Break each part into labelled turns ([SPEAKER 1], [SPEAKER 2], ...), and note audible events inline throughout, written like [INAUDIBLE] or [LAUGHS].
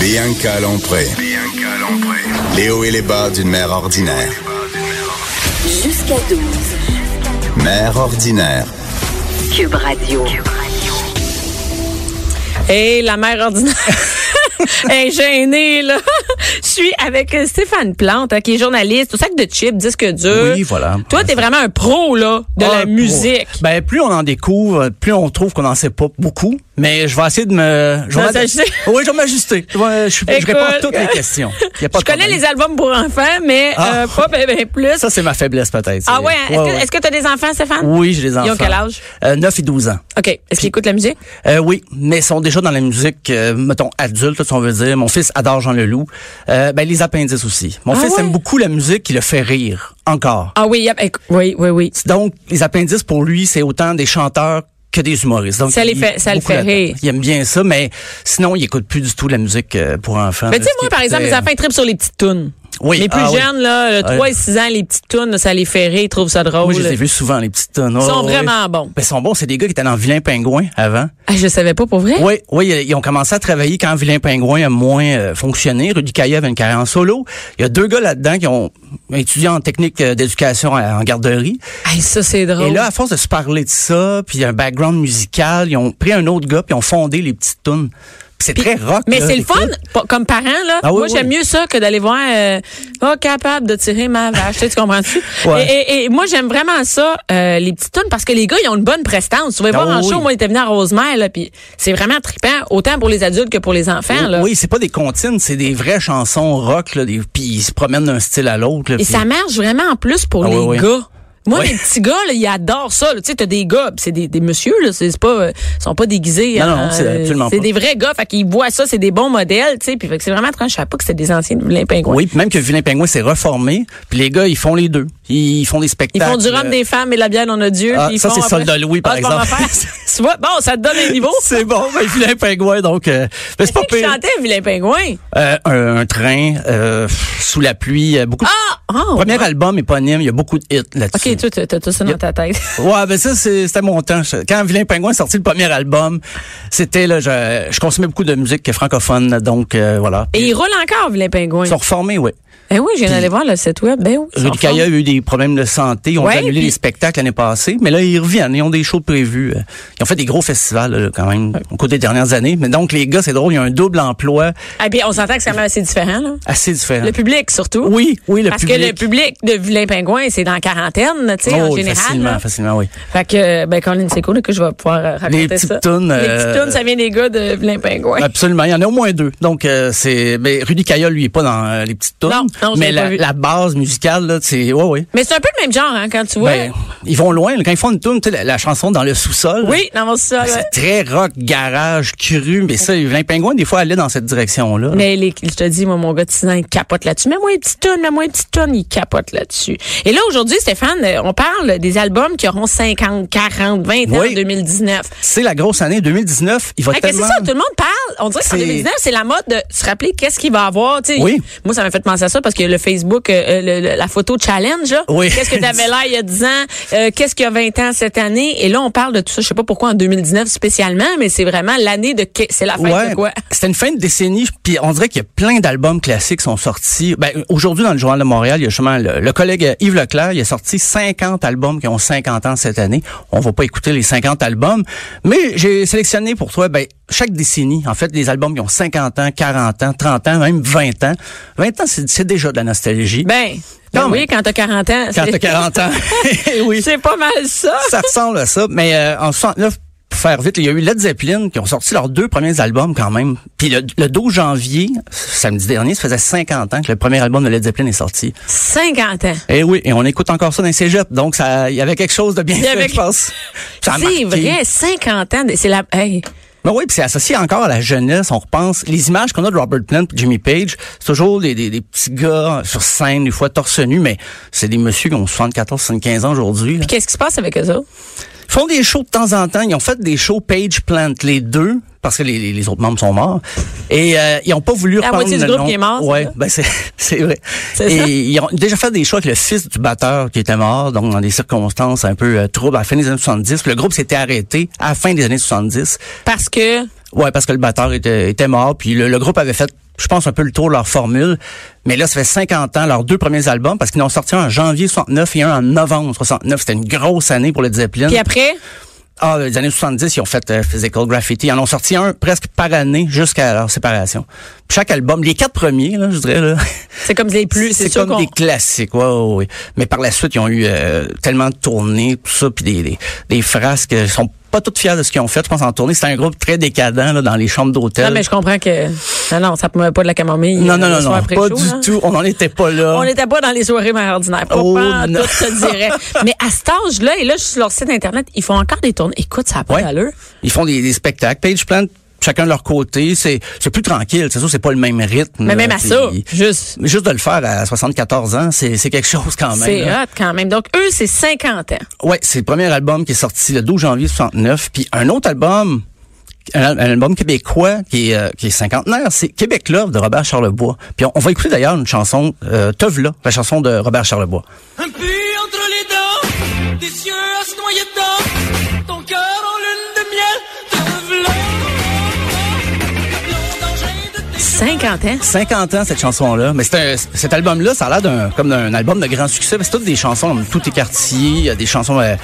[SPEAKER 1] Bianca Lompré. Les hauts et les bas d'une mère ordinaire.
[SPEAKER 2] jusqu'à 12,
[SPEAKER 1] Mère ordinaire.
[SPEAKER 2] Cube Radio.
[SPEAKER 3] Hé, la mère ordinaire.
[SPEAKER 4] [LAUGHS]
[SPEAKER 3] Elle est gênée, là. Je suis avec Stéphane Plante, hein, qui est journaliste au sac de chips, disque dur.
[SPEAKER 4] Oui, voilà.
[SPEAKER 3] Euh, Toi, t'es vraiment un pro, là, de
[SPEAKER 4] Ah,
[SPEAKER 3] la
[SPEAKER 4] pour-
[SPEAKER 3] musique.
[SPEAKER 4] Ben, plus on en découvre, plus on trouve qu'on n'en sait pas beaucoup. Mais je vais essayer de me. Je vais
[SPEAKER 3] D'en
[SPEAKER 4] m'ad-
[SPEAKER 3] s'ajuster.
[SPEAKER 4] [LAUGHS] Oui, je vais m'ajuster. Je, vais- je- je
[SPEAKER 3] Écoute.
[SPEAKER 4] réponds à
[SPEAKER 3] [LAUGHS]
[SPEAKER 4] toutes les questions. Y a pas
[SPEAKER 3] Je
[SPEAKER 4] de
[SPEAKER 3] connais
[SPEAKER 4] problème.
[SPEAKER 3] les albums pour enfants, mais
[SPEAKER 4] Ah.
[SPEAKER 3] euh, pas ben, ben plus.
[SPEAKER 4] Ça, c'est ma faiblesse, peut-être.
[SPEAKER 3] ah ouais, hein? est-ce que-
[SPEAKER 4] ouais.
[SPEAKER 3] est-ce que t'as des enfants, Stéphane?
[SPEAKER 4] Oui, j'ai les enfants.
[SPEAKER 3] ont quel âge?
[SPEAKER 4] Euh, 9 et 12 ans.
[SPEAKER 3] OK. Est-ce qu'ils écoutent la musique?
[SPEAKER 4] Euh, oui, mais ils sont déjà dans la musique, euh, mettons, adulte, si on veut dire. Mon fils adore Jean Leloup. Euh, ben, les appendices aussi. Mon
[SPEAKER 3] Ah
[SPEAKER 4] fils
[SPEAKER 3] ouais?
[SPEAKER 4] aime beaucoup la musique qui le fait rire, encore.
[SPEAKER 3] Ah oui, yep, éc- oui, oui, oui.
[SPEAKER 4] Donc, les appendices, pour lui, c'est autant des chanteurs que des humoristes. Donc,
[SPEAKER 3] Ça les
[SPEAKER 4] il-
[SPEAKER 3] fait- ça le
[SPEAKER 4] beaucoup
[SPEAKER 3] fait
[SPEAKER 4] là-dedans.
[SPEAKER 3] rire.
[SPEAKER 4] Il aime bien ça, mais sinon, il écoute plus du tout la musique euh, pour enfants.
[SPEAKER 3] Mais tu
[SPEAKER 4] là,
[SPEAKER 3] sais,
[SPEAKER 4] ce
[SPEAKER 3] moi,
[SPEAKER 4] qu'il
[SPEAKER 3] par exemple,
[SPEAKER 4] écoutait,
[SPEAKER 3] les enfants, ils tripent sur les petites tunes.
[SPEAKER 4] Oui,
[SPEAKER 3] Les plus
[SPEAKER 4] ah oui.
[SPEAKER 3] jeunes, là, le
[SPEAKER 4] Ouais.
[SPEAKER 3] 3 et 6 ans, les petites tunes, ça les fait rire, ils trouvent ça drôle.
[SPEAKER 4] Moi, je les ai vus souvent, les petites tonnes. Ils
[SPEAKER 3] sont vraiment bons.
[SPEAKER 4] ils sont bons. C'est des gars qui étaient dans Vilain Pingouin avant.
[SPEAKER 3] Ah, je savais pas pour vrai?
[SPEAKER 4] Oui, oui, euh, ils- ils ont commencé à travailler quand Vilain Pingouin a moins euh, fonctionné. Rudy Caillé avait une carrière en solo. Il y a deux gars là-dedans qui ont étudié en technique euh, d'éducation en en garderie.
[SPEAKER 3] Hey, ça, c'est drôle.
[SPEAKER 4] Et là, à force de se parler de ça, puis un background musical, ils ont pris un autre gars, puis ils ont fondé les petites tunes. Puis c'est très rock.
[SPEAKER 3] Mais
[SPEAKER 4] là,
[SPEAKER 3] c'est le fun,
[SPEAKER 4] écoute.
[SPEAKER 3] pas- comme parent, là.
[SPEAKER 4] Ah oui,
[SPEAKER 3] moi,
[SPEAKER 4] oui.
[SPEAKER 3] j'aime mieux ça que d'aller voir euh, Oh, capable de tirer ma vache. tu sais, tu comprends-tu?
[SPEAKER 4] [LAUGHS] Ouais.
[SPEAKER 3] Et, et- et moi, j'aime vraiment ça, euh, les petites tunes, parce que les gars, ils ont une bonne prestance. Tu vas les voir
[SPEAKER 4] Ah
[SPEAKER 3] en
[SPEAKER 4] oui.
[SPEAKER 3] show, moi, ils étaient venus à Rosemère, là, puis c'est vraiment trippant, autant pour les adultes que pour les enfants, là.
[SPEAKER 4] Oui, c'est pas des comptines, c'est des vraies chansons rock, là, des, puis ils se promènent d'un style à l'autre. là,
[SPEAKER 3] Et
[SPEAKER 4] puis-
[SPEAKER 3] ça marche vraiment en plus pour
[SPEAKER 4] Ah
[SPEAKER 3] les
[SPEAKER 4] oui, oui.
[SPEAKER 3] gars. Moi,
[SPEAKER 4] Oui.
[SPEAKER 3] les petits gars, là, ils adorent ça. là. Tu sais, t'as des gars, pis c'est des, des messieurs, là. C'est c'est pas, euh, ils sont pas déguisés.
[SPEAKER 4] Non, non,
[SPEAKER 3] hein,
[SPEAKER 4] c'est
[SPEAKER 3] euh,
[SPEAKER 4] absolument
[SPEAKER 3] C'est
[SPEAKER 4] pas.
[SPEAKER 3] des vrais gars, fait qu'ils voient ça, c'est des bons modèles, tu sais. Puis fait que c'est vraiment tranquille. Je savais pas que c'était des anciens de pingouins.
[SPEAKER 4] Oui, puis même que Vilain Pingouin s'est reformé, puis les gars, ils font les deux. Ils font des
[SPEAKER 3] Ils
[SPEAKER 4] spectacles.
[SPEAKER 3] font du rhum
[SPEAKER 4] euh,
[SPEAKER 3] des femmes et de la bière on a Dieu.
[SPEAKER 4] Ah,
[SPEAKER 3] puis ils
[SPEAKER 4] ça,
[SPEAKER 3] font
[SPEAKER 4] c'est
[SPEAKER 3] après-
[SPEAKER 4] Soldat Louis, par
[SPEAKER 3] Ah, c'est pas
[SPEAKER 4] exemple.
[SPEAKER 3] ma affaire. [LAUGHS] tu vois, bon, ça te donne un niveau.
[SPEAKER 4] [LAUGHS] C'est bon, ben, Vilain Pingouin, donc...
[SPEAKER 3] [LAUGHS]
[SPEAKER 4] euh, mais c'est pas
[SPEAKER 3] Qui
[SPEAKER 4] pire.
[SPEAKER 3] chantait Vilain Pingouin?
[SPEAKER 4] Euh, un, un train, euh, pff, sous la pluie, euh, beaucoup de...
[SPEAKER 3] Ah! Oh!
[SPEAKER 4] Premier album éponyme, il y a beaucoup de hits là-dessus.
[SPEAKER 3] OK, toi, t'as t'as tout ça dans ta tête. [LAUGHS]
[SPEAKER 4] Ouais, ben ça, c'est- c'était mon temps. Je- Quand Vilain Pingouin est sorti le premier album, c'était là, je, je consommais beaucoup de musique francophone, donc euh, voilà.
[SPEAKER 3] Et il roule encore, Vilain Pingouin.
[SPEAKER 4] Ils sont reformés, oui.
[SPEAKER 3] Ben oui, je viens d'aller voir le site web. Ben oui. ils sont
[SPEAKER 4] Rudy Caillé a eu des problèmes de santé, ils ont dû
[SPEAKER 3] Ouais,
[SPEAKER 4] annulé
[SPEAKER 3] puis-
[SPEAKER 4] les spectacles l'année passée, mais là, ils reviennent, ils ont des shows de prévus. euh, Ils ont fait des gros festivals, là, quand même, au cours des dernières années. Mais donc, les gars, c'est drôle, il y a un double emploi
[SPEAKER 3] Ah, puis on s'entend que c'est quand même assez différent, là.
[SPEAKER 4] assez différent.
[SPEAKER 3] Le public, surtout.
[SPEAKER 4] Ah. Oui, oui, le
[SPEAKER 3] Parce que
[SPEAKER 4] public.
[SPEAKER 3] le public de Vilain Pingouin, c'est dans la quarantaine, tu sais,
[SPEAKER 4] Oh,
[SPEAKER 3] en
[SPEAKER 4] oui,
[SPEAKER 3] général.
[SPEAKER 4] facilement,
[SPEAKER 3] là.
[SPEAKER 4] facilement, oui.
[SPEAKER 3] Fait que, ben, Colin, c'est cool que je vais pouvoir euh, raconter
[SPEAKER 4] Les petites
[SPEAKER 3] ça.
[SPEAKER 4] tounes,
[SPEAKER 3] Les
[SPEAKER 4] euh,
[SPEAKER 3] petites tounes, ça vient des gars de Vilain Pingouin.
[SPEAKER 4] Absolument, il y en a au moins deux. Donc euh, c'est mais Rudy Caillot lui est pas dans euh, les petites tunes,
[SPEAKER 3] Non, non, je l'ai
[SPEAKER 4] mais
[SPEAKER 3] pas
[SPEAKER 4] la,
[SPEAKER 3] vu.
[SPEAKER 4] la base musicale là, c'est ouais ouais.
[SPEAKER 3] Mais c'est un peu le même genre, hein, quand tu vois.
[SPEAKER 4] Ben, ils vont loin. là. Quand ils font une tune, tu sais, la, la chanson dans le sous-sol. là,
[SPEAKER 3] oui, dans mon sol. ouais.
[SPEAKER 4] C'est très rock, garage, cru. Mais ça, les pingouins, des fois, allaient dans cette direction-là.
[SPEAKER 3] Mais les, je te dis, moi, mon gars de 6 ans, il capote là-dessus. Mets-moi une petite tonne, mets-moi une petite tonne, il capote là-dessus. Et là, aujourd'hui, Stéphane, euh, on parle des albums qui auront 50, 40, 20 ans
[SPEAKER 4] Oui.
[SPEAKER 3] en 2019.
[SPEAKER 4] C'est la grosse année 2019. Il va
[SPEAKER 3] Fait que c'est
[SPEAKER 4] tellement...
[SPEAKER 3] ça, tout le monde parle. On dirait qu'en
[SPEAKER 4] C'est-
[SPEAKER 3] 2019, c'est la mode de se rappeler qu'est-ce qu'il va avoir. tu sais.
[SPEAKER 4] Oui.
[SPEAKER 3] Moi, ça m'a fait penser à ça parce que le Facebook, euh, le- le- la photo challenge, là.
[SPEAKER 4] Oui.
[SPEAKER 3] qu'est-ce que t'avais là il y a 10 ans, euh, qu'est-ce qu'il y a 20 ans cette année. Et là, on parle de tout ça. Je sais pas pourquoi en 2019 spécialement, mais c'est vraiment l'année de... que- C'est la fête de quoi?
[SPEAKER 4] C'était une fin de décennie, puis on dirait qu'il y a plein d'albums classiques qui sont sortis. Ben, aujourd'hui, dans le Journal de Montréal, il y a justement le, le collègue euh, Yves Leclerc, il a sorti 50 albums qui ont 50 ans cette année. On va pas écouter les 50 albums, mais j'ai sélectionné pour toi, ben, chaque décennie, en fait, les albums qui ont 50 ans, 40 ans, 30 ans, même 20 ans. 20 ans, c'est c'est déjà de la nostalgie.
[SPEAKER 3] Ben, ben
[SPEAKER 4] Quand même.
[SPEAKER 3] oui, quand t'as 40 ans.
[SPEAKER 4] quand
[SPEAKER 3] c'est-
[SPEAKER 4] t'as 40 ans. [LAUGHS] Eh oui.
[SPEAKER 3] C'est pas mal ça.
[SPEAKER 4] ça ressemble à ça. Mais euh, en 69, pour faire vite, il y a eu Led Zeppelin qui ont sorti leurs deux premiers albums quand même. Puis le, le 12 janvier, samedi dernier, ça faisait 50 ans que le premier album de Led Zeppelin est sorti.
[SPEAKER 3] 50 ans.
[SPEAKER 4] Et oui, et on écoute encore ça dans les cégeps. Donc ça, il y avait quelque chose de bien
[SPEAKER 3] Il y
[SPEAKER 4] fait,
[SPEAKER 3] avait-
[SPEAKER 4] je pense. Ça a
[SPEAKER 3] C'est
[SPEAKER 4] marqué.
[SPEAKER 3] vrai, 50 ans. de- C'est la. Hey.
[SPEAKER 4] Mais oui, puis c'est associé encore à la jeunesse. On repense les images qu'on a de Robert Plant et Jimmy Page. C'est toujours des, des, des petits gars sur scène, des fois torse nu, mais c'est des messieurs qui ont 74, 75 ans aujourd'hui. là.
[SPEAKER 3] Puis qu'est-ce qui se passe avec eux autres?
[SPEAKER 4] Ils font des shows de temps en temps. Ils ont fait des shows Page Plant, les deux, parce que les, les- les autres membres sont morts. Et euh, ils ont pas voulu
[SPEAKER 3] La
[SPEAKER 4] reprendre
[SPEAKER 3] moitié du
[SPEAKER 4] le
[SPEAKER 3] groupe
[SPEAKER 4] nom.
[SPEAKER 3] qui est mort, c'est
[SPEAKER 4] Ouais,
[SPEAKER 3] ça?
[SPEAKER 4] ben c'est [LAUGHS] c'est vrai.
[SPEAKER 3] C'est
[SPEAKER 4] Et
[SPEAKER 3] ça.
[SPEAKER 4] ils ont déjà fait des shows avec le fils du batteur qui était mort, donc dans des circonstances un peu euh, troubles à la fin des années 70. Puis le groupe s'était arrêté à la fin des années 70.
[SPEAKER 3] Parce que
[SPEAKER 4] Ouais, parce que le batteur était, était mort, puis le, le groupe avait fait, je pense, un peu le tour de leur formule. Mais là, ça fait 50 ans, leurs deux premiers albums, parce qu'ils en ont sorti un en janvier 69 et un en novembre 69. C'était une grosse année pour le Zeppelin.
[SPEAKER 3] puis après
[SPEAKER 4] Ah, les années 70, ils ont fait euh, Physical Graffiti. Ils en ont sorti un presque par année jusqu'à leur séparation. Puis chaque album, les quatre premiers, là, je
[SPEAKER 3] [LAUGHS]
[SPEAKER 4] dirais, là,
[SPEAKER 3] c'est comme les plus c'est
[SPEAKER 4] c'est
[SPEAKER 3] sûr
[SPEAKER 4] comme
[SPEAKER 3] qu'on
[SPEAKER 4] des classiques. Ouais, ouais, ouais. Mais par la suite, ils ont eu euh, tellement de tournées, tout ça, puis des, des, des frasques. Ils sont pas toutes fiers de ce qu'ils ont fait. Je pense en tournée, c'était un groupe très décadent là, dans les chambres d'hôtel.
[SPEAKER 3] Non mais je comprends que non non, ça ne pas de la camomille.
[SPEAKER 4] Non,
[SPEAKER 3] euh,
[SPEAKER 4] non,
[SPEAKER 3] le
[SPEAKER 4] non,
[SPEAKER 3] soir
[SPEAKER 4] non,
[SPEAKER 3] après
[SPEAKER 4] pas
[SPEAKER 3] chaud,
[SPEAKER 4] du
[SPEAKER 3] hein.
[SPEAKER 4] tout. On n'en était pas là.
[SPEAKER 3] On n'était pas dans les soirées mal ordinaires. Pas
[SPEAKER 4] Oh,
[SPEAKER 3] pantoute,
[SPEAKER 4] non.
[SPEAKER 3] je te dirais.
[SPEAKER 4] [LAUGHS]
[SPEAKER 3] Mais à cet âge-là, et là, je suis sur leur site Internet, ils font encore des tournées. Écoute, ça n'a pas
[SPEAKER 4] Ouais.
[SPEAKER 3] d'allure.
[SPEAKER 4] Ils font des, des spectacles. Page Plant, chacun de leur côté. C'est c'est plus tranquille. C'est sûr, c'est pas le même rythme.
[SPEAKER 3] Mais
[SPEAKER 4] là,
[SPEAKER 3] même à
[SPEAKER 4] puis-
[SPEAKER 3] ça, juste.
[SPEAKER 4] Mais Juste de le faire à 74 ans, c'est c'est quelque chose quand même.
[SPEAKER 3] C'est
[SPEAKER 4] là.
[SPEAKER 3] hot quand même. Donc, eux, c'est 50 ans.
[SPEAKER 4] Ouais, c'est le premier album qui est sorti le 12 janvier 69, puis un autre album un, al- un album québécois qui est, euh, qui est cinquantenaire, c'est Québec Love de Robert Charlebois. Puis on, on va écouter d'ailleurs une chanson euh, Teuvla, la chanson de Robert Charlebois.
[SPEAKER 5] Un puits entre les dents, des yeux à se noyer dedans, ton cœur en lune de miel, de blanc.
[SPEAKER 3] 50 ans.
[SPEAKER 4] 50 ans cette chanson là, mais c'est un- cet album là, ça a l'air d'un comme d'un album de grand succès, parce que c'est toutes des chansons comme tout est quartier, il y a des chansons euh,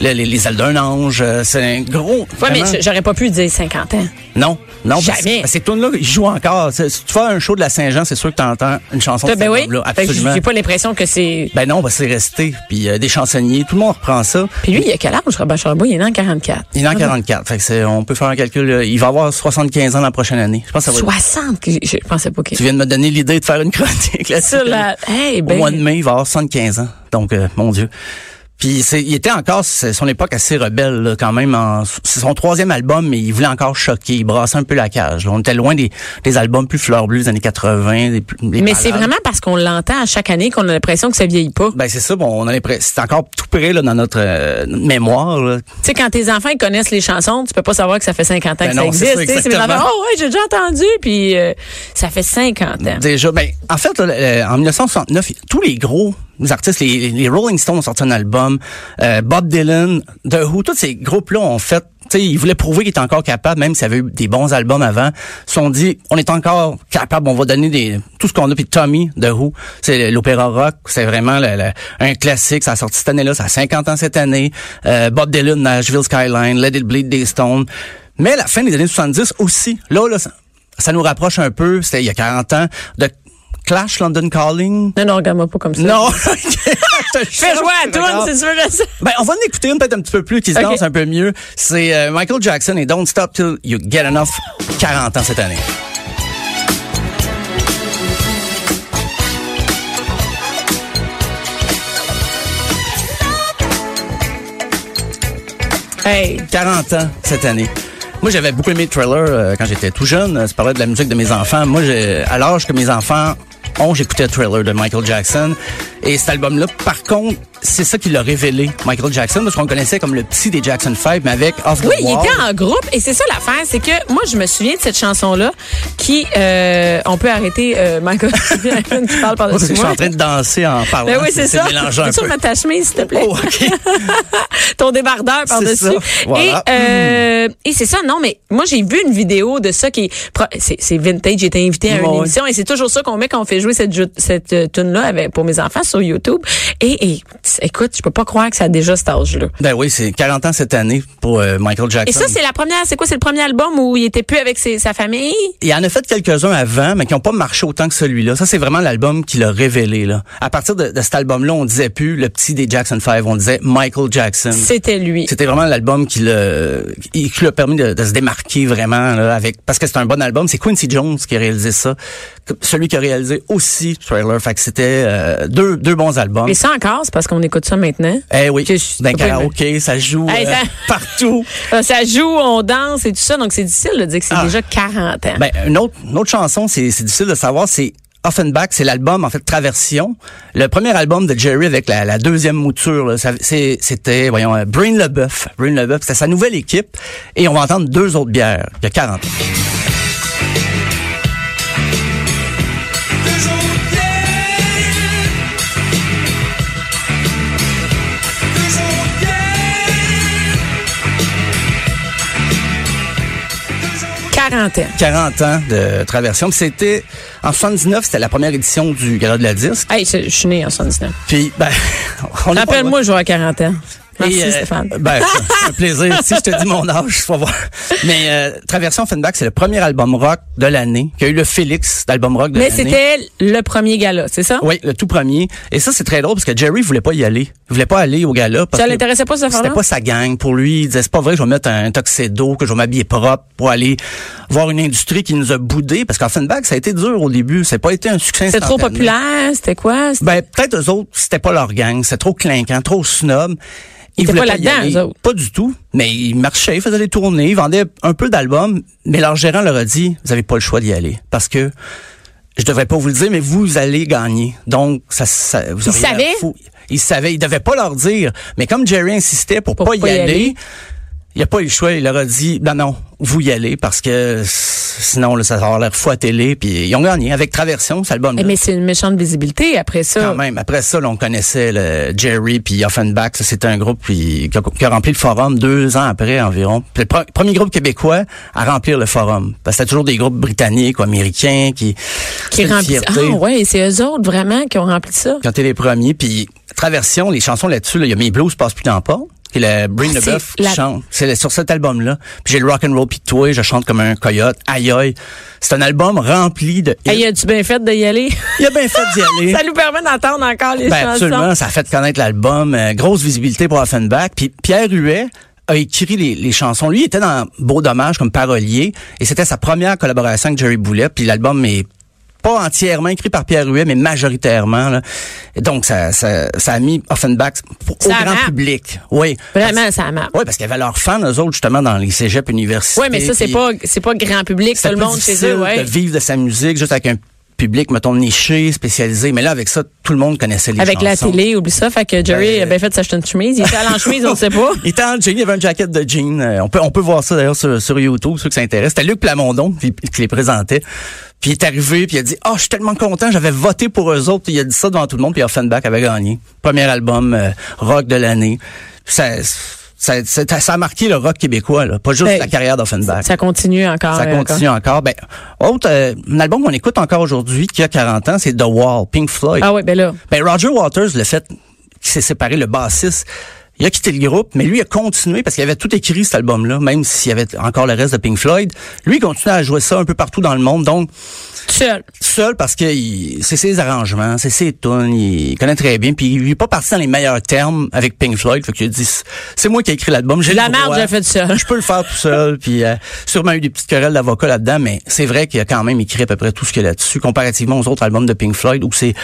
[SPEAKER 4] les, les, les ailes d'un ange, euh, c'est un gros
[SPEAKER 3] Ouais, mais
[SPEAKER 4] vraiment-
[SPEAKER 3] j- j'aurais pas pu dire 50 ans.
[SPEAKER 4] Non, non, parce-
[SPEAKER 3] Jamais.
[SPEAKER 4] parce que Ces tunes-là, ils jouent encore. C'est- Si tu fais un show de la Saint-Jean, c'est sûr que tu entends une chanson de
[SPEAKER 3] ben
[SPEAKER 4] cet
[SPEAKER 3] oui.
[SPEAKER 4] album-là.
[SPEAKER 3] Fait que
[SPEAKER 4] Absolument.
[SPEAKER 3] J'ai pas l'impression que c'est.
[SPEAKER 4] Ben non, bah, c'est resté. Puis euh, des chansonniers, tout le monde reprend ça.
[SPEAKER 3] Puis lui, il a quel âge, Robert Charlebois? Il est né en 44.
[SPEAKER 4] Il est en 44. Fait que c'est- on peut faire un calcul. euh, Il va avoir 75 ans la prochaine année. Je pense que ça va.
[SPEAKER 3] 60. que j'ai- Je pensais pas qu'il.
[SPEAKER 4] Tu viens de me donner l'idée de faire une [LAUGHS] chronique là-dessus.
[SPEAKER 3] Sur la. Hey,
[SPEAKER 4] Au
[SPEAKER 3] ben.
[SPEAKER 4] mois de mai, il va avoir 75 ans. Donc, euh, mon Dieu. Puis c'est- il était encore, c'est son époque assez rebelle là, quand même. en- C'est son troisième album, mais il voulait encore choquer. Il brassait un peu la cage. là. On était loin des, des albums plus fleurs bleues des années 80. Des, plus- des
[SPEAKER 3] Mais c'est
[SPEAKER 4] ballades.
[SPEAKER 3] vraiment parce qu'on l'entend à chaque année qu'on a l'impression que ça vieillit pas.
[SPEAKER 4] Ben c'est ça, bon, on a l'impression, c'est encore tout près là, dans notre euh, mémoire. là.
[SPEAKER 3] Tu sais, quand tes enfants ils connaissent les chansons, tu peux pas savoir que ça fait 50 ans
[SPEAKER 4] Ben
[SPEAKER 3] que
[SPEAKER 4] non,
[SPEAKER 3] ça
[SPEAKER 4] c'est
[SPEAKER 3] existe. tu
[SPEAKER 4] ça,
[SPEAKER 3] sais. C'est mes
[SPEAKER 4] exactement.
[SPEAKER 3] enfants, oh ouais, j'ai déjà entendu, puis euh, ça fait 50 ans.
[SPEAKER 4] Déjà, ben, en fait, là, euh, en 1969, tous les gros artistes, les, les Rolling Stones ont sorti un album, euh, Bob Dylan, The Who, tous ces groupes-là ont fait, tu sais, ils voulaient prouver qu'ils étaient encore capables, même s'ils avaient eu des bons albums avant. Ils se sont dit, on est encore capable, on va donner des, tout ce qu'on a. Puis Tommy, The Who, c'est l'opéra rock, c'est vraiment le- le- un classique. Ça a sorti cette année-là, ça a 50 ans cette année. Euh, Bob Dylan, Nashville Skyline, Let It Bleed, des Stones. Mais la fin des années 70 aussi, là, là, ça- ça nous rapproche un peu, c'était il y a 40 ans, de Clash London Calling.
[SPEAKER 3] Non, non, regarde-moi pas comme ça.
[SPEAKER 4] Non, [LAUGHS] je te
[SPEAKER 3] Fais
[SPEAKER 4] cherche,
[SPEAKER 3] jouer à
[SPEAKER 4] je
[SPEAKER 3] toi,
[SPEAKER 4] regarde.
[SPEAKER 3] c'est sûr que ça.
[SPEAKER 4] Ben, on va en écouter une peut-être un petit peu plus, qui se
[SPEAKER 3] Ok.
[SPEAKER 4] danse un peu mieux. C'est euh, Michael Jackson et Don't Stop Till You Get Enough, 40 ans cette année.
[SPEAKER 3] Hey.
[SPEAKER 4] 40 ans cette année. Moi, j'avais beaucoup aimé Thriller euh, quand j'étais tout jeune. Euh, Tu parlais de la musique de mes enfants. Moi, j'ai- à l'âge que mes enfants ont, j'écoutais Thriller de Michael Jackson. Et cet album-là, par contre, c'est ça qui l'a révélé, Michael Jackson, parce qu'on le connaissait comme le petit des Jackson 5, mais avec Off the
[SPEAKER 3] Oui, il
[SPEAKER 4] Wall.
[SPEAKER 3] était en groupe et c'est ça l'affaire, c'est que moi je me souviens de cette chanson là qui euh, on peut arrêter euh, Michael Jackson [LAUGHS] qui parle par
[SPEAKER 4] Parce
[SPEAKER 3] dessus
[SPEAKER 4] que Je suis
[SPEAKER 3] moi.
[SPEAKER 4] en train de danser en parlant.
[SPEAKER 3] Ben oui, c'est ça.
[SPEAKER 4] mélangé un
[SPEAKER 3] Peux-tu
[SPEAKER 4] peu.
[SPEAKER 3] remettre ta chemise, s'il te plaît.
[SPEAKER 4] Oh, OK.
[SPEAKER 3] Ton débardeur par-dessus.
[SPEAKER 4] ça. Voilà.
[SPEAKER 3] Et, euh, et c'est ça, non, mais moi, j'ai vu une vidéo de ça qui est pro- c'est, c'est vintage. J'étais invité à une
[SPEAKER 4] Ouais, ouais.
[SPEAKER 3] émission et c'est toujours ça qu'on met quand on fait jouer cette, ju- cette euh, tune-là avec- pour mes enfants sur YouTube. Et, et, écoute, je peux pas croire que ça a déjà cet âge-là.
[SPEAKER 4] Ben oui, c'est 40 ans cette année pour euh, Michael Jackson.
[SPEAKER 3] Et ça, c'est la première, c'est quoi, c'est le premier album où il était plus avec ses- sa famille?
[SPEAKER 4] Il en a fait quelques-uns avant, mais qui n'ont pas marché autant que celui-là. Ça, c'est vraiment l'album qui l'a révélé. Là. À partir de, de cet album-là, on disait plus le petit des Jackson 5, on disait Michael Jackson.
[SPEAKER 3] C'était lui.
[SPEAKER 4] C'était vraiment l'album qui l'a qui qui l'a permis de, de se démarquer vraiment là, avec parce que c'est un bon album. C'est Quincy Jones qui a réalisé ça, que- celui qui a réalisé aussi Trailer. Fait que c'était euh, deux deux bons albums.
[SPEAKER 3] Et ça encore, c'est parce qu'on écoute ça maintenant.
[SPEAKER 4] Eh oui,
[SPEAKER 3] Que je-
[SPEAKER 4] d'un
[SPEAKER 3] je peux pas
[SPEAKER 4] karaoké, ça joue
[SPEAKER 3] Hey,
[SPEAKER 4] euh,
[SPEAKER 3] ça-
[SPEAKER 4] [LAUGHS] partout.
[SPEAKER 3] Euh, Ça joue, on danse et tout ça, donc c'est difficile de dire que c'est
[SPEAKER 4] Ah.
[SPEAKER 3] déjà 40 ans.
[SPEAKER 4] Ben, une autre, une autre chanson, c'est c'est difficile de savoir, c'est Offenbach, c'est l'album, en fait, Traversion. Le premier album de Jerry avec la, la deuxième mouture, là, ça- c'est- c'était, voyons, euh, Bryn LeBeuf. Bryn LeBeuf, c'était sa nouvelle équipe. Et on va entendre deux autres bières. Il y a 40 ans.
[SPEAKER 5] Deux autres bières. Deux autres bières. Deux autres
[SPEAKER 4] Ben.
[SPEAKER 3] 40 ans.
[SPEAKER 4] 40 ans de Traversion. Puis C'était, en 79, c'était la première édition du Gala de la Disque.
[SPEAKER 3] Hey, je je suis née en 79.
[SPEAKER 4] Puis, ben, [LAUGHS] on est pas loin.
[SPEAKER 3] Rappelle-moi, j'aurai 40 ans. Merci,
[SPEAKER 4] Et, euh,
[SPEAKER 3] Stéphane.
[SPEAKER 4] [LAUGHS] Ben, c'est un plaisir. si je te dis mon âge, tu vas voir. Mais euh, Traversion Offenbach, c'est le premier album rock de l'année, qui a eu le Félix d'album rock de
[SPEAKER 3] Mais
[SPEAKER 4] l'année.
[SPEAKER 3] c'était le premier gala, c'est ça?
[SPEAKER 4] Oui, le tout premier. Et ça, c'est très drôle parce que Jerry voulait pas y aller. Il voulait pas aller au gala. Parce
[SPEAKER 3] Ça
[SPEAKER 4] que
[SPEAKER 3] l'intéressait pas, cette affaire-là?
[SPEAKER 4] C'était pas sa gang. Pour lui, il disait, c'est pas vrai que je vais mettre un tuxedo, que je vais m'habiller propre pour aller voir une industrie qui nous a boudés. Parce qu'Offenbach, ça a été dur au début. Ça n'a pas été un succès
[SPEAKER 3] C'était trop
[SPEAKER 4] instantané.
[SPEAKER 3] populaire, c'était quoi? C'était-
[SPEAKER 4] Ben, peut-être eux autres, c'était pas leur gang. C'était trop clinquant, trop snob. Ils
[SPEAKER 3] étaient
[SPEAKER 4] voulaient
[SPEAKER 3] pas
[SPEAKER 4] y
[SPEAKER 3] là-dedans,
[SPEAKER 4] aller.
[SPEAKER 3] eux autres.
[SPEAKER 4] Pas du tout. Mais ils marchaient, ils faisaient des tournées, ils vendaient un peu d'albums. Mais leur gérant leur a dit, vous avez pas le choix d'y aller. Parce que, je devrais pas vous le dire, mais vous allez gagner. Donc, ça, ça vous
[SPEAKER 3] Ils
[SPEAKER 4] auriez l'air
[SPEAKER 3] savaient?
[SPEAKER 4] fou. Ils savaient, ils devaient pas leur dire. Mais comme Jerry insistait pour, pas y, aller, il a pas eu le choix. Il leur a dit, ben non, vous y allez parce que s- sinon, là, ça va avoir l'air fou à télé. Puis ils ont gagné avec Traversion, cet album
[SPEAKER 3] Eh, Mais c'est une méchante visibilité après ça.
[SPEAKER 4] quand même. Après ça, là, on connaissait le Jerry puis Offenbach. Ça, C'était un groupe puis, qui, a, qui a rempli le forum deux ans après environ. Puis le pre- premier groupe québécois à remplir le forum. Parce que c'était toujours des groupes britanniques ou américains qui
[SPEAKER 3] qui
[SPEAKER 4] c'est une
[SPEAKER 3] remplissent. Ah
[SPEAKER 4] fierté.
[SPEAKER 3] ouais, c'est eux autres vraiment qui ont rempli ça.
[SPEAKER 4] Qui ont été les premiers. Puis Traversion, les chansons là-dessus, là, il y a Mes Blues passent plus dans le port. Qui est le Bring
[SPEAKER 3] Ah,
[SPEAKER 4] the
[SPEAKER 3] c'est
[SPEAKER 4] Buff qui
[SPEAKER 3] la-
[SPEAKER 4] chante. C'est le- sur cet album-là. Puis j'ai le Rock and Roll Pis Toi, je chante comme un coyote. Aïe aïe. C'est un album rempli de. hits.
[SPEAKER 3] Hey, a-tu bien fait d'y aller?
[SPEAKER 4] Il a bien fait d'y aller.
[SPEAKER 3] [LAUGHS] ça nous permet d'entendre encore les
[SPEAKER 4] Ben,
[SPEAKER 3] chansons.
[SPEAKER 4] absolument, ça a fait connaître l'album, euh, grosse visibilité pour Offenbach. Puis Pierre Huet a écrit les, les chansons. Lui, il était dans Beau Dommage comme parolier, et c'était sa première collaboration avec Jerry Boulet. Puis l'album est pas entièrement écrit par Pierre Huet, mais majoritairement. là. Et donc, ça, ça, ça a mis Offenbach pour- au
[SPEAKER 3] Ça
[SPEAKER 4] grand
[SPEAKER 3] marche.
[SPEAKER 4] public. Oui.
[SPEAKER 3] Vraiment, ça marche.
[SPEAKER 4] Oui, parce qu'il y avait leurs fans, eux autres, justement, dans les cégeps universitaires.
[SPEAKER 3] Oui, mais ça, c'est pas, c'est pas grand public, tout
[SPEAKER 4] C'est
[SPEAKER 3] le monde chez eux, ouais.
[SPEAKER 4] de vivre de sa musique juste avec un public, mettons, niché, spécialisé. Mais là, avec ça, tout le monde connaissait les
[SPEAKER 3] Avec la
[SPEAKER 4] chansons.
[SPEAKER 3] télé, oublie ça. Fait que Jerry
[SPEAKER 4] Ben,
[SPEAKER 3] a bien fait de s'acheter une chemise. Il était allé en chemise, on ne sait pas.
[SPEAKER 4] Il était en jean, il avait un jacket de jean. Euh, on peut, on peut voir ça d'ailleurs sur, sur YouTube, ceux qui s'intéressent. C'était Luc Plamondon qui, qui les présentait. Puis il est arrivé, puis il a dit, oh, je suis tellement content, j'avais voté pour eux autres. Puis il a dit ça devant tout le monde, puis Offenbach avait gagné. Premier album euh, rock de l'année. Ça, ça, ça, ça a marqué le rock québécois, là. pas juste
[SPEAKER 3] Ben,
[SPEAKER 4] la carrière d'Offenbach.
[SPEAKER 3] Ça continue encore.
[SPEAKER 4] Ça
[SPEAKER 3] euh,
[SPEAKER 4] continue encore. Ben, autre, euh, un album qu'on écoute encore aujourd'hui, qui a 40 ans, c'est The Wall, Pink Floyd.
[SPEAKER 3] encore. Ah oui, ben là.
[SPEAKER 4] Ben Roger Waters, le fait qu'il s'est séparé, le bassiste, il a quitté le groupe, mais lui a continué parce qu'il avait tout écrit cet album-là, même s'il y avait encore le reste de Pink Floyd. Lui, il continuait à jouer ça un peu partout dans le monde. Donc,
[SPEAKER 3] Tout seul.
[SPEAKER 4] seul parce que il- c'est ses arrangements, c'est ses tunes, il connaît très bien. Puis il est pas parti dans les meilleurs termes avec Pink Floyd. Fait qu'il a dit, c'est moi qui ai écrit l'album. J'ai
[SPEAKER 3] La
[SPEAKER 4] le
[SPEAKER 3] marge,
[SPEAKER 4] droit.
[SPEAKER 3] j'ai fait tout seul.
[SPEAKER 4] Je peux le faire tout seul. Puis euh, sûrement eu des petites querelles d'avocats là-dedans, mais c'est vrai qu'il a quand même écrit à peu près tout ce qu'il y a là-dessus, comparativement aux autres albums de Pink Floyd où c'est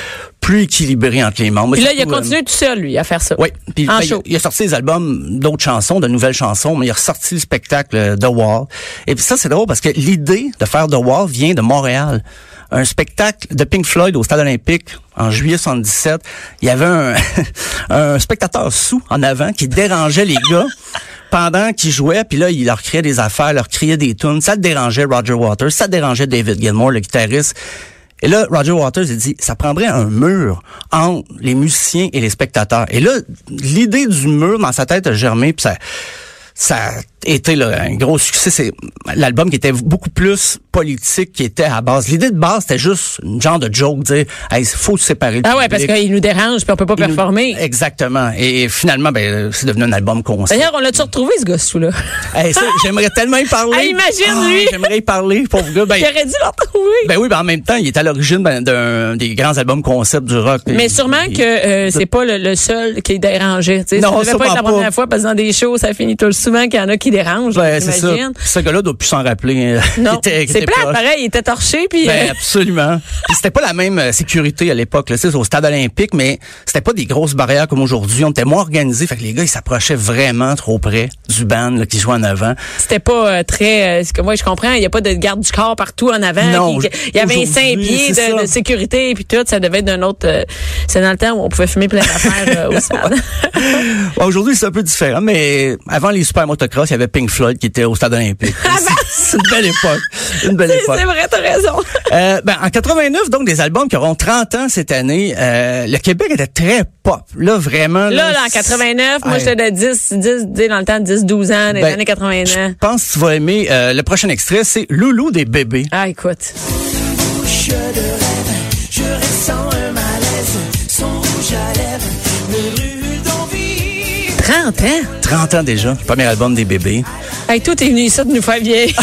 [SPEAKER 4] plus équilibré entre les membres.
[SPEAKER 3] Puis là, il a
[SPEAKER 4] Surtout, euh,
[SPEAKER 3] continué tout seul, lui, à faire ça.
[SPEAKER 4] oui, puis
[SPEAKER 3] en
[SPEAKER 4] ben, il, a-
[SPEAKER 3] show.
[SPEAKER 4] il a sorti des albums d'autres chansons, de nouvelles chansons, mais il a ressorti le spectacle euh, The Wall. Et puis ça, c'est drôle parce que l'idée de faire The Wall vient de Montréal. Un spectacle de Pink Floyd au Stade olympique en juillet 77. Il y avait un, [LAUGHS] un spectateur sous en avant qui dérangeait les gars pendant qu'ils jouaient. Puis là, il leur criait des affaires, leur criait des tunes. Ça dérangeait Roger Waters, ça dérangeait David Gilmour, le guitariste. Et là, Roger Waters, il dit, ça prendrait un mur entre les musiciens et les spectateurs. Et là, l'idée du mur dans sa tête a germé, puis ça, ça a été là, un gros succès. C'est l'album qui était beaucoup plus politique, qui était à base. L'idée de base, c'était juste une genre de joke, dire, hey, faut se séparer. le
[SPEAKER 3] Ah ouais, parce
[SPEAKER 4] public.
[SPEAKER 3] qu'il nous dérange, puis on peut pas
[SPEAKER 4] Il nous-
[SPEAKER 3] performer.
[SPEAKER 4] Exactement. Et finalement, ben, c'est devenu un album concert.
[SPEAKER 3] D'ailleurs, on l'a-tu retrouvé, ce gosse
[SPEAKER 4] [LAUGHS]
[SPEAKER 3] là
[SPEAKER 4] Hey, ça, j'aimerais tellement y parler.
[SPEAKER 3] [LAUGHS] Ah, imagine,
[SPEAKER 4] Ah,
[SPEAKER 3] lui.
[SPEAKER 4] J'aimerais y parler, pauvre gars. Ben,
[SPEAKER 3] Il aurait dû le retrouver.
[SPEAKER 4] [LAUGHS] Ben oui, ben en même temps, il est à l'origine ben, d'un des grands albums concept du rock.
[SPEAKER 3] Mais
[SPEAKER 4] Il-
[SPEAKER 3] sûrement
[SPEAKER 4] il-
[SPEAKER 3] que euh, c'est pas le, le seul qui dérangeait. tu sais.
[SPEAKER 4] Non,
[SPEAKER 3] ça devait pas être la
[SPEAKER 4] sûrement
[SPEAKER 3] première
[SPEAKER 4] pas.
[SPEAKER 3] fois parce que dans des shows, ça finit tout souvent qu'il y en a qui dérangent.
[SPEAKER 4] Ben, c'est ça.
[SPEAKER 3] j'imagine.
[SPEAKER 4] Ce gars-là doit plus s'en rappeler.
[SPEAKER 3] [LAUGHS] Non,
[SPEAKER 4] [LAUGHS] Il était- il
[SPEAKER 3] c'est
[SPEAKER 4] était
[SPEAKER 3] c'est plate,
[SPEAKER 4] proche.
[SPEAKER 3] pareil, il était torché, puis...
[SPEAKER 4] Ben,
[SPEAKER 3] euh,
[SPEAKER 4] absolument. Puis c'était pas la même euh, sécurité à l'époque, là, tu sais, au stade olympique, mais c'était pas des grosses barrières comme aujourd'hui. On était moins organisés. Fait que les gars, ils s'approchaient vraiment trop près du band là, qui jouait
[SPEAKER 3] [LAUGHS]
[SPEAKER 4] en avant.
[SPEAKER 3] c'était pas euh, très... euh, ce que moi, je comprends, il n'y a pas de garde du corps partout en avant.
[SPEAKER 4] Non,
[SPEAKER 3] qui- il y avait un
[SPEAKER 4] aujourd'hui,
[SPEAKER 3] cinq pieds
[SPEAKER 4] c'est
[SPEAKER 3] de,
[SPEAKER 4] ça.
[SPEAKER 3] de sécurité, puis tout, ça devait être d'un autre... euh, c'est dans le temps où on pouvait fumer plein d'affaires euh, au
[SPEAKER 4] [LAUGHS]
[SPEAKER 3] stade.
[SPEAKER 4] Bon, aujourd'hui, c'est un peu différent, mais avant les super motocross, il y avait Pink Floyd qui était au
[SPEAKER 3] [LAUGHS]
[SPEAKER 4] stade olympique. C'est- c'est une belle époque. Une belle époque.
[SPEAKER 3] c'est vrai, t'as raison.
[SPEAKER 4] Euh, ben, en 89, donc, des albums qui auront 30 ans cette année, euh, le Québec était très pop. Là, vraiment.
[SPEAKER 3] Là, là, en 89, moi,
[SPEAKER 4] Ouais.
[SPEAKER 3] j'étais de 10, 10, tu sais, dans le temps, 10, 12 ans, dans les
[SPEAKER 4] Ben,
[SPEAKER 3] années 89.
[SPEAKER 4] Je pense que tu vas aimer. euh, le prochain extrait, c'est Loulou des bébés.
[SPEAKER 3] Ah, écoute. Trente ans?
[SPEAKER 4] 30 ans déjà, le premier album des bébés. [LAUGHS]
[SPEAKER 3] Hey, toi, t'es venu ici de nous faire vieillir.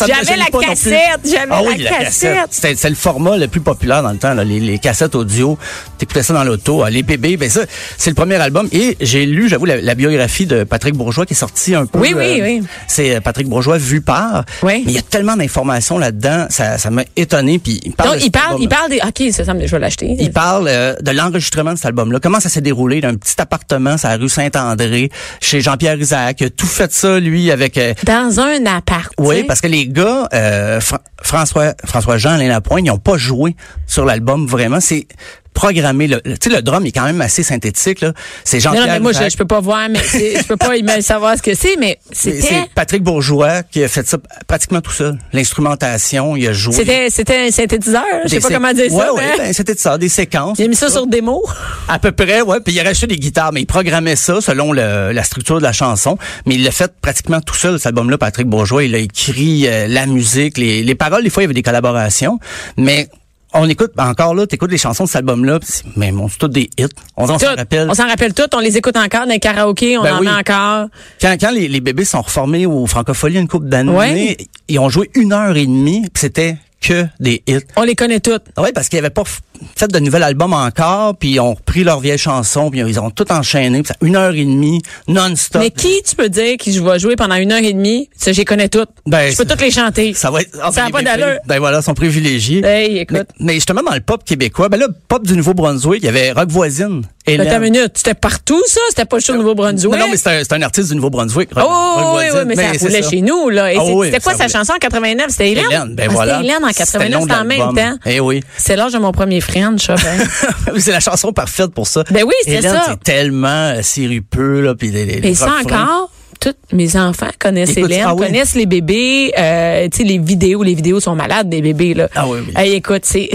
[SPEAKER 3] J'avais la cassette, j'avais
[SPEAKER 4] Ah oui,
[SPEAKER 3] la cassette.
[SPEAKER 4] C'était c'est le format le plus populaire dans le temps, là, les, les cassettes audio. T'écoutais ça dans l'auto, ah, les bébés. Ben ça, c'est le premier album. Et j'ai lu, j'avoue, la, la biographie de Patrick Bourgeois qui est sortie un peu.
[SPEAKER 3] Oui, oui, oui.
[SPEAKER 4] C'est euh, Patrick Bourgeois vu par.
[SPEAKER 3] Oui.
[SPEAKER 4] Mais il y a tellement d'informations là-dedans, ça, ça m'a étonné. Puis il parle.
[SPEAKER 3] Donc,
[SPEAKER 4] de
[SPEAKER 3] il
[SPEAKER 4] cet
[SPEAKER 3] parle, il
[SPEAKER 4] album-là.
[SPEAKER 3] parle des. OK, ça, ça me- je vais l'acheter.
[SPEAKER 4] Il parle euh, de l'enregistrement de cet album-là. Comment ça s'est déroulé d'un petit appartement sur la rue Saint-André chez Jean-Pierre Isaac. Il a tout fait ça, lui, avec... euh,
[SPEAKER 3] Dans un appart.
[SPEAKER 4] oui, parce que les gars, euh, Fra- François, François Jean, Alain Lapointe, ils n'ont pas joué sur l'album vraiment. C'est programmé. Le, le- tu sais, le drum est quand même assez synthétique. là. C'est
[SPEAKER 3] Non, non,
[SPEAKER 4] Jean-Pierre
[SPEAKER 3] mais moi, je,
[SPEAKER 4] Isaac.
[SPEAKER 3] je peux pas voir, mais c'est- je peux
[SPEAKER 4] [LAUGHS]
[SPEAKER 3] pas imaginer savoir ce que c'est, mais
[SPEAKER 4] C'est
[SPEAKER 3] c'était.
[SPEAKER 4] c'est Patrick Bourgeois qui a fait ça pratiquement tout seul. L'instrumentation, il a joué.
[SPEAKER 3] C'était, c'était un synthétiseur. Je sais
[SPEAKER 4] Des
[SPEAKER 3] pas
[SPEAKER 4] sé-
[SPEAKER 3] comment dire
[SPEAKER 4] Ouais,
[SPEAKER 3] ça.
[SPEAKER 4] ouais,
[SPEAKER 3] mais-
[SPEAKER 4] ben, c'était de ça, des séquences.
[SPEAKER 3] J'ai mis ça sur des mots.
[SPEAKER 4] À peu près, ouais. Puis il a racheté des guitares, mais il programmait ça selon le- la structure de la chanson. Mais il l'a fait pratiquement tout seul, cet album-là, Patrick Bourgeois. Il a écrit euh, la musique, les, les paroles. Des fois, il y avait des collaborations. Mais on écoute, ben, encore là, t'écoutes les chansons de cet album-là. puis c'est- Mais bon, c'est toutes des hits. On, on s'en
[SPEAKER 3] Tout.
[SPEAKER 4] rappelle.
[SPEAKER 3] On s'en rappelle tout. On les écoute encore dans les karaokés. On
[SPEAKER 4] Ben
[SPEAKER 3] en
[SPEAKER 4] oui.
[SPEAKER 3] met encore.
[SPEAKER 4] Quand, quand les, les bébés sont reformés aux Francopholies une couple d'années,
[SPEAKER 3] Ouais.
[SPEAKER 4] ils ont joué une heure et demie, puis c'était que des hits.
[SPEAKER 3] On les connaît toutes.
[SPEAKER 4] Oui, Ah parce qu'ils n'avaient pas f- fait de nouvel album encore, puis ils ont repris leurs vieilles chansons, puis ils ont tout enchaîné, puis ça- une heure et demie, non-stop.
[SPEAKER 3] Mais qui tu peux dire qui je vais jouer pendant une heure et demie? Ça, je les connais toutes.
[SPEAKER 4] Ben,
[SPEAKER 3] je peux
[SPEAKER 4] ça-
[SPEAKER 3] toutes les chanter.
[SPEAKER 4] Ça va être... ah,
[SPEAKER 3] Ça
[SPEAKER 4] ben,
[SPEAKER 3] n'a pas
[SPEAKER 4] les bébés,
[SPEAKER 3] d'allure.
[SPEAKER 4] Ben voilà, ils sont privilégiés.
[SPEAKER 3] Hey, écoute.
[SPEAKER 4] mais, mais justement, dans le pop québécois, ben là, pop du Nouveau-Brunswick, il y avait Rock Voisine. Hélène.
[SPEAKER 3] Attends Ben, une minute. C'était partout, ça? C'était pas chez au Nouveau-Brunswick?
[SPEAKER 4] Non, non, mais c'est un, c'est un artiste du Nouveau-Brunswick, Rock, Rock
[SPEAKER 3] Oh, oui, oui,
[SPEAKER 4] Voisine. Ben,
[SPEAKER 3] mais, ça
[SPEAKER 4] c'est
[SPEAKER 3] roulait chez nous, là. Et
[SPEAKER 4] Ah
[SPEAKER 3] c'est-
[SPEAKER 4] oui,
[SPEAKER 3] c'était quoi
[SPEAKER 4] ça
[SPEAKER 3] sa
[SPEAKER 4] roulait.
[SPEAKER 3] chanson en 89? C'était Hélène?
[SPEAKER 4] Hélène, ben
[SPEAKER 3] Ah,
[SPEAKER 4] voilà.
[SPEAKER 3] C'était Hélène en
[SPEAKER 4] C'était le
[SPEAKER 3] 89,
[SPEAKER 4] nom de
[SPEAKER 3] c'était en même
[SPEAKER 4] l'album.
[SPEAKER 3] temps.
[SPEAKER 4] Eh oui. [LAUGHS]
[SPEAKER 3] C'est l'âge de mon premier ben. friend, je sais pas.
[SPEAKER 4] c'est la chanson parfaite pour ça.
[SPEAKER 3] Ben oui, c'est
[SPEAKER 4] Hélène,
[SPEAKER 3] ça.
[SPEAKER 4] c'est tellement euh, sirupeux, là, puis les, les- les
[SPEAKER 3] Et ça
[SPEAKER 4] refrains.
[SPEAKER 3] encore, tous mes enfants connaissent
[SPEAKER 4] Écoute,
[SPEAKER 3] Hélène,
[SPEAKER 4] ah oui.
[SPEAKER 3] connaissent les bébés, euh, tu sais, les vidéos, les vidéos sont malades des bébés, là.
[SPEAKER 4] Ah oui, oui.
[SPEAKER 3] Hey, écoute,
[SPEAKER 4] [LAUGHS]
[SPEAKER 3] c'est,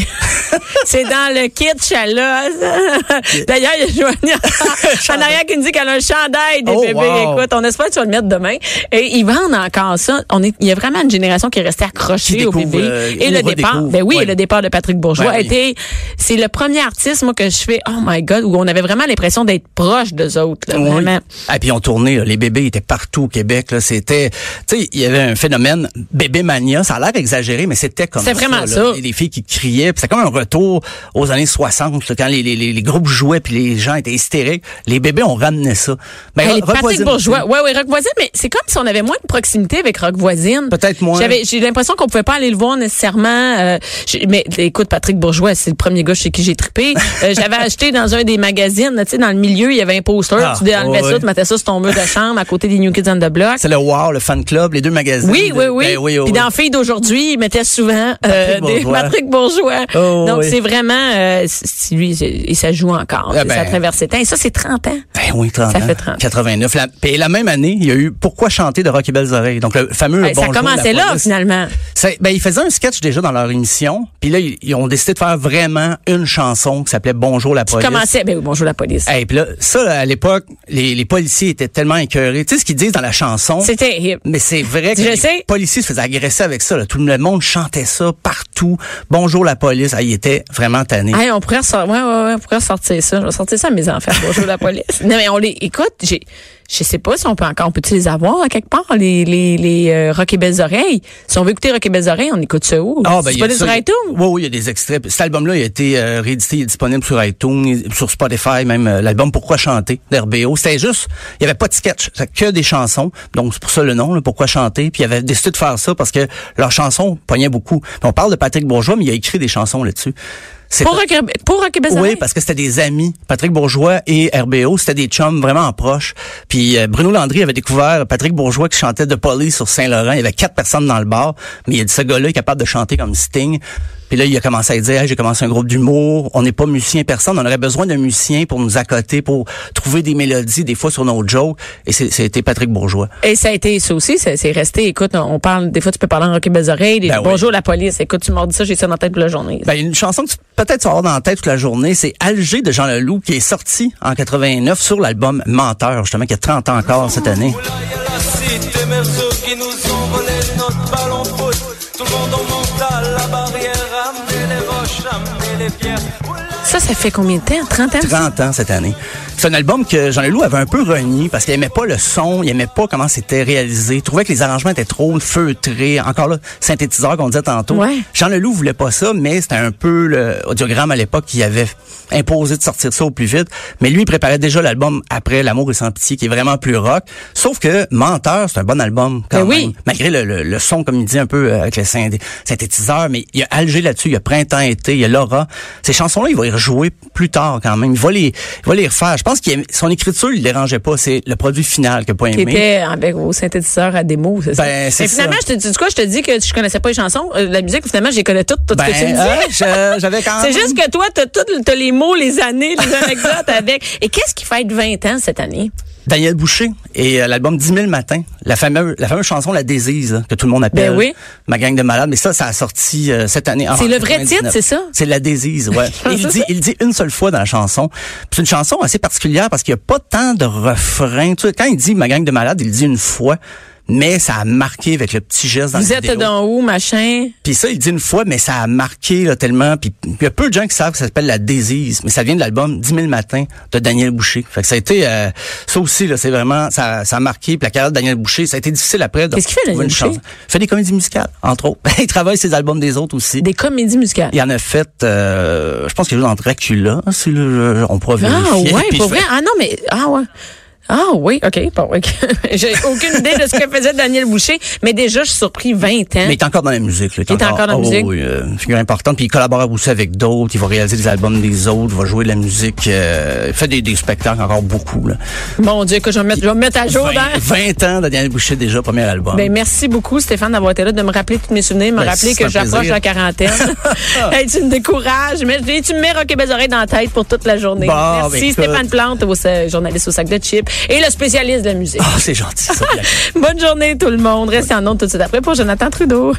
[SPEAKER 3] c'est dans le kitsch, à l'os. D'ailleurs, il y a
[SPEAKER 4] [LAUGHS]
[SPEAKER 3] Joanie en arrière qui nous dit qu'elle a un chandail des
[SPEAKER 4] Oh,
[SPEAKER 3] bébés.
[SPEAKER 4] wow.
[SPEAKER 3] Écoute, on espère que tu vas le mettre demain. Et ils vendent encore ça. On est, il y a vraiment une génération qui est restée accrochée
[SPEAKER 4] Qui
[SPEAKER 3] aux
[SPEAKER 4] découvre,
[SPEAKER 3] bébés.
[SPEAKER 4] euh,
[SPEAKER 3] Et
[SPEAKER 4] ou
[SPEAKER 3] le départ,
[SPEAKER 4] redécouvre.
[SPEAKER 3] ben oui,
[SPEAKER 4] Ouais.
[SPEAKER 3] le départ de Patrick Bourgeois
[SPEAKER 4] Ben oui.
[SPEAKER 3] était, c'est le premier artiste, moi, que je fais, oh my god, où on avait vraiment l'impression d'être proche d'eux autres, là,
[SPEAKER 4] Oui.
[SPEAKER 3] vraiment.
[SPEAKER 4] Ah, puis on tournait, là. les bébés étaient partout au Québec. là. C'était, tu sais, il y avait un phénomène bébé mania. Ça a l'air exagéré, mais c'était comme
[SPEAKER 3] C'est
[SPEAKER 4] ça.
[SPEAKER 3] vraiment
[SPEAKER 4] là.
[SPEAKER 3] ça.
[SPEAKER 4] Et Les filles qui criaient. Puis C'était comme un retour aux années 60, là, quand les, les, les- les groupes jouaient puis les gens étaient hystériques. Les bébés ont ramené ça. Ben,
[SPEAKER 3] Elle est
[SPEAKER 4] Rock Voisine-
[SPEAKER 3] Bourgeois. Ouais, ouais, Rock Voisine, mais c'est comme si on avait moins de proximité avec Rock Voisine.
[SPEAKER 4] Peut-être moins.
[SPEAKER 3] J'avais, j'ai l'impression qu'on pouvait pas aller le voir nécessairement. euh, j'ai- mais écoute, Patrick Bourgeois, c'est le premier gars chez qui j'ai trippé.
[SPEAKER 4] [LAUGHS]
[SPEAKER 3] Euh, j'avais acheté dans un des magazines, tu sais, dans le milieu, il y avait un poster.
[SPEAKER 4] Ah,
[SPEAKER 3] tu enlevais
[SPEAKER 4] ouais,
[SPEAKER 3] ça,
[SPEAKER 4] ouais.
[SPEAKER 3] tu mettais ça sur ton mur de chambre à côté des New Kids on the Block.
[SPEAKER 4] C'est le War, le Fan Club, les deux magazines.
[SPEAKER 3] Oui,
[SPEAKER 4] de-
[SPEAKER 3] oui, oui.
[SPEAKER 4] Ben oui, oh,
[SPEAKER 3] Puis
[SPEAKER 4] oui.
[SPEAKER 3] dans Filles d'aujourd'hui, il mettait souvent euh,
[SPEAKER 4] Patrick
[SPEAKER 3] des
[SPEAKER 4] Bourgeois.
[SPEAKER 3] Patrick Bourgeois.
[SPEAKER 4] Oh,
[SPEAKER 3] Donc
[SPEAKER 4] oui.
[SPEAKER 3] c'est vraiment, euh, c'est- lui, c'est- et ça joue encore.
[SPEAKER 4] Ah,
[SPEAKER 3] c'est- ça
[SPEAKER 4] ben.
[SPEAKER 3] traverse les temps. Et ça, c'est 30 ans.
[SPEAKER 4] Ben oui, 30
[SPEAKER 3] Ça
[SPEAKER 4] ans.
[SPEAKER 3] fait 30.
[SPEAKER 4] 89. La, puis la même année, il y a eu Pourquoi chanter de Rock et Belles Oreilles. Donc, le fameux
[SPEAKER 3] Hey, ça
[SPEAKER 4] Bonjour, la
[SPEAKER 3] commençait là,
[SPEAKER 4] police.
[SPEAKER 3] finalement.
[SPEAKER 4] C'est- ben, ils faisaient un sketch déjà dans leur émission. Puis là, ils, ils ont décidé de faire vraiment une chanson qui s'appelait Bonjour la police.
[SPEAKER 3] commençait. Ben oui, bonjour la police.
[SPEAKER 4] Hey, puis là, ça, là, à l'époque, les, les policiers étaient tellement écœurés. Tu sais ce qu'ils disent dans la chanson?
[SPEAKER 3] C'était hip.
[SPEAKER 4] Mais c'est vrai que
[SPEAKER 3] Je
[SPEAKER 4] les
[SPEAKER 3] sais.
[SPEAKER 4] policiers se faisaient agresser avec ça. là. Tout le monde chantait ça partout. Bonjour la police. Ah, ils étaient vraiment tannés.
[SPEAKER 3] Hey, on
[SPEAKER 4] [LAUGHS]
[SPEAKER 3] pourrait ressortir, ouais, ouais, ouais, on pourrait ressortir ça. Je vais sortir ça à mes enfants. Bonjour la police. Non, mais on les, écoute, j'ai, je sais pas si on peut encore, on peut-tu les avoir à quelque part, les, les, les euh, Rock et Belles Oreilles? Si on veut écouter Rock et Belles Oreilles, on écoute ça où?
[SPEAKER 4] Ah, ben, il
[SPEAKER 3] c'est
[SPEAKER 4] y a
[SPEAKER 3] pas des
[SPEAKER 4] ça,
[SPEAKER 3] sur
[SPEAKER 4] il-
[SPEAKER 3] iTunes?
[SPEAKER 4] Oui, oui, il y a des extraits. Puis Cet album-là, il a été euh, réédité, il est disponible sur iTunes, sur Spotify, même euh, l'album Pourquoi chanter d'RBO. C'était juste, il y avait pas de sketch, c'était que des chansons. Donc, c'est pour ça le nom, là, Pourquoi chanter. Puis, il avait décidé de faire ça parce que leurs chansons pognaient beaucoup. Puis on parle de Patrick Bourgeois, mais il a écrit des chansons là-dessus. C'est
[SPEAKER 3] Pour Rock, pour Rock et Belles
[SPEAKER 4] oui,
[SPEAKER 3] Oreilles?
[SPEAKER 4] parce que c'était des amis. Patrick Bourgeois et RBO, c'était des chums vraiment proches. Puis euh, Bruno Landry avait découvert Patrick Bourgeois qui chantait de Police sur Saint-Laurent. Il y avait quatre personnes dans le bar, mais il a dit ce gars-là est capable de chanter comme Sting. Puis là, il a commencé à dire, Hey, j'ai commencé un groupe d'humour. On n'est pas musicien personne. On aurait besoin d'un musicien pour nous accoter, pour trouver des mélodies des fois sur nos jokes. Et c'est- c'était Patrick Bourgeois.
[SPEAKER 3] Et ça a été ça aussi, ça- c'est resté. Écoute, on on parle, des fois, tu peux parler en Rock et Belles Oreilles, des-
[SPEAKER 4] Ben oui.
[SPEAKER 3] bonjour la police. Écoute, tu m'as dit ça, j'ai ça dans la tête pour la journée.
[SPEAKER 4] Ben, une chanson que tu- peut-être tu vas avoir dans la tête toute la journée, c'est Alger de Jean Leloup qui est sorti en 89 sur l'album Menteur, justement, qui a 30 ans encore cette année.
[SPEAKER 5] Oula, y a la cité merceau qui nous envolait notre ballon de foot. Tout le monde en mental, la barrière, amener les roches, amener les pierres.
[SPEAKER 4] Ben
[SPEAKER 5] Oula,
[SPEAKER 3] ça, ça fait combien de temps? 30 ans?
[SPEAKER 4] 30 ans cette année. C'est un album que Jean Leloup avait un peu renié parce qu'il aimait pas le son, il aimait pas comment c'était réalisé, il trouvait que les arrangements étaient trop feutrés, encore là, synthétiseur qu'on disait tantôt.
[SPEAKER 3] Ouais.
[SPEAKER 4] Jean Leloup voulait pas ça, mais c'était un peu le audiogramme à l'époque qui avait imposé de sortir ça au plus vite. Mais lui, il préparait déjà l'album après L'amour et sans pitié, qui est vraiment plus rock. Sauf que Menteur, c'est un bon album quand
[SPEAKER 3] Ben
[SPEAKER 4] même.
[SPEAKER 3] oui.
[SPEAKER 4] Malgré le, le- le son, comme il dit un peu euh, avec le syndé- synthétiseur, mais il y a Alger là-dessus, il y a Printemps, Été, il y a Laura. Ces chansons-là, il va y rejouer plus tard quand même. Il va les, il va les refaire. Je pense que son écriture, il ne dérangeait pas. C'est le produit final qu'il n'a pas
[SPEAKER 3] Qui
[SPEAKER 4] aimé.
[SPEAKER 3] était avec au synthétiseur à démo, c'est ça?
[SPEAKER 4] Ben, c'est
[SPEAKER 3] Mais finalement, je
[SPEAKER 4] ça.
[SPEAKER 3] te dis quoi, je te dis que je connaissais pas les chansons, euh, la musique, finalement, je les connais toutes, tout ce que tu me
[SPEAKER 4] Ben,
[SPEAKER 3] dis.
[SPEAKER 4] euh, je- j'avais quand
[SPEAKER 3] [LAUGHS] C'est
[SPEAKER 4] même...
[SPEAKER 3] juste que toi, t'as tout, t'as les mots, les années, les anecdotes avec. Et qu'est-ce qui fête 20 ans cette année?
[SPEAKER 4] Daniel Boucher et euh, l'album 10 000 matins, la fameuse, la fameuse chanson La Désise, là, que tout le monde appelle
[SPEAKER 3] Ben oui.
[SPEAKER 4] Ma gang de malades. Mais ça, ça a sorti euh, cette année. en
[SPEAKER 3] C'est le vrai
[SPEAKER 4] 99.
[SPEAKER 3] titre, c'est ça?
[SPEAKER 4] C'est La
[SPEAKER 3] [LAUGHS]
[SPEAKER 4] Désise, ouais. Et il,
[SPEAKER 3] pensais
[SPEAKER 4] dit,
[SPEAKER 3] ça.
[SPEAKER 4] il dit une seule fois dans la chanson. Puis C'est une chanson assez particulière parce qu'il n'y a pas tant de refrains. Tu sais, quand il dit Ma gang de malades, il le dit une fois. Mais ça a marqué avec le petit geste dans
[SPEAKER 3] Vous
[SPEAKER 4] la
[SPEAKER 3] êtes
[SPEAKER 4] vidéo.
[SPEAKER 3] dans où, machin?
[SPEAKER 4] Puis ça, il dit une fois, mais ça a marqué là, tellement. Puis il y a peu de gens qui savent que ça s'appelle La Désise, mais ça vient de l'album 10 000 matins de Daniel Boucher. Fait que ça a été, euh, ça aussi, là, c'est vraiment, ça, ça a marqué. Puis la carrière de Daniel Boucher, ça a été difficile après. de
[SPEAKER 3] Qu'est-ce qu'il fait,
[SPEAKER 4] trouver
[SPEAKER 3] Daniel
[SPEAKER 4] une
[SPEAKER 3] Boucher?
[SPEAKER 4] chanson. Il fait des comédies musicales, entre autres. [LAUGHS] il travaille ses albums des autres aussi.
[SPEAKER 3] Des comédies musicales.
[SPEAKER 4] Il en a fait, euh, je pense qu'il joue dans Dracula, si le- le- on pourra
[SPEAKER 3] Ah
[SPEAKER 4] vérifier.
[SPEAKER 3] ouais,
[SPEAKER 4] [LAUGHS] Puis
[SPEAKER 3] pour
[SPEAKER 4] je
[SPEAKER 3] vrai. Ah non, mais ah ouais. Ah oui, OK, bon, OK. [LAUGHS] J'ai aucune idée de ce que faisait Daniel Boucher, mais déjà, je suis surpris 20 ans.
[SPEAKER 4] Mais il est encore dans la musique. là.
[SPEAKER 3] Hein? Il est encore dans la
[SPEAKER 4] oh,
[SPEAKER 3] musique.
[SPEAKER 4] oui, euh, une figure importante. Puis il collabore aussi avec d'autres. Il va réaliser des albums des autres. Il va jouer de la musique. euh, il fait des, des spectacles encore beaucoup. Là.
[SPEAKER 3] Mon Dieu, que je vais me mettre, je vais me mettre à jour. hein.
[SPEAKER 4] 20,
[SPEAKER 3] dans-
[SPEAKER 4] 20 ans de Daniel Boucher déjà, premier album.
[SPEAKER 3] Ben, merci beaucoup, Stéphane, d'avoir été là, de me rappeler tous mes souvenirs, de me
[SPEAKER 4] Ben,
[SPEAKER 3] rappeler
[SPEAKER 4] c'est
[SPEAKER 3] que
[SPEAKER 4] un
[SPEAKER 3] j'approche de
[SPEAKER 4] plaisir.
[SPEAKER 3] la quarantaine.
[SPEAKER 4] [LAUGHS]
[SPEAKER 3] Hey, tu me décourages, mais je dis, tu me mets Rocky oreilles dans la tête pour toute la journée.
[SPEAKER 4] Bon, ben,
[SPEAKER 3] merci,
[SPEAKER 4] écoute.
[SPEAKER 3] Stéphane Plante, au- euh, journaliste au sac de chips et le spécialiste de la musique. [LAUGHS]
[SPEAKER 4] Ah, c'est gentil ça. Bianca.
[SPEAKER 3] Bonne journée, tout le monde. Restez en ondes tout de suite après pour Jonathan Trudeau.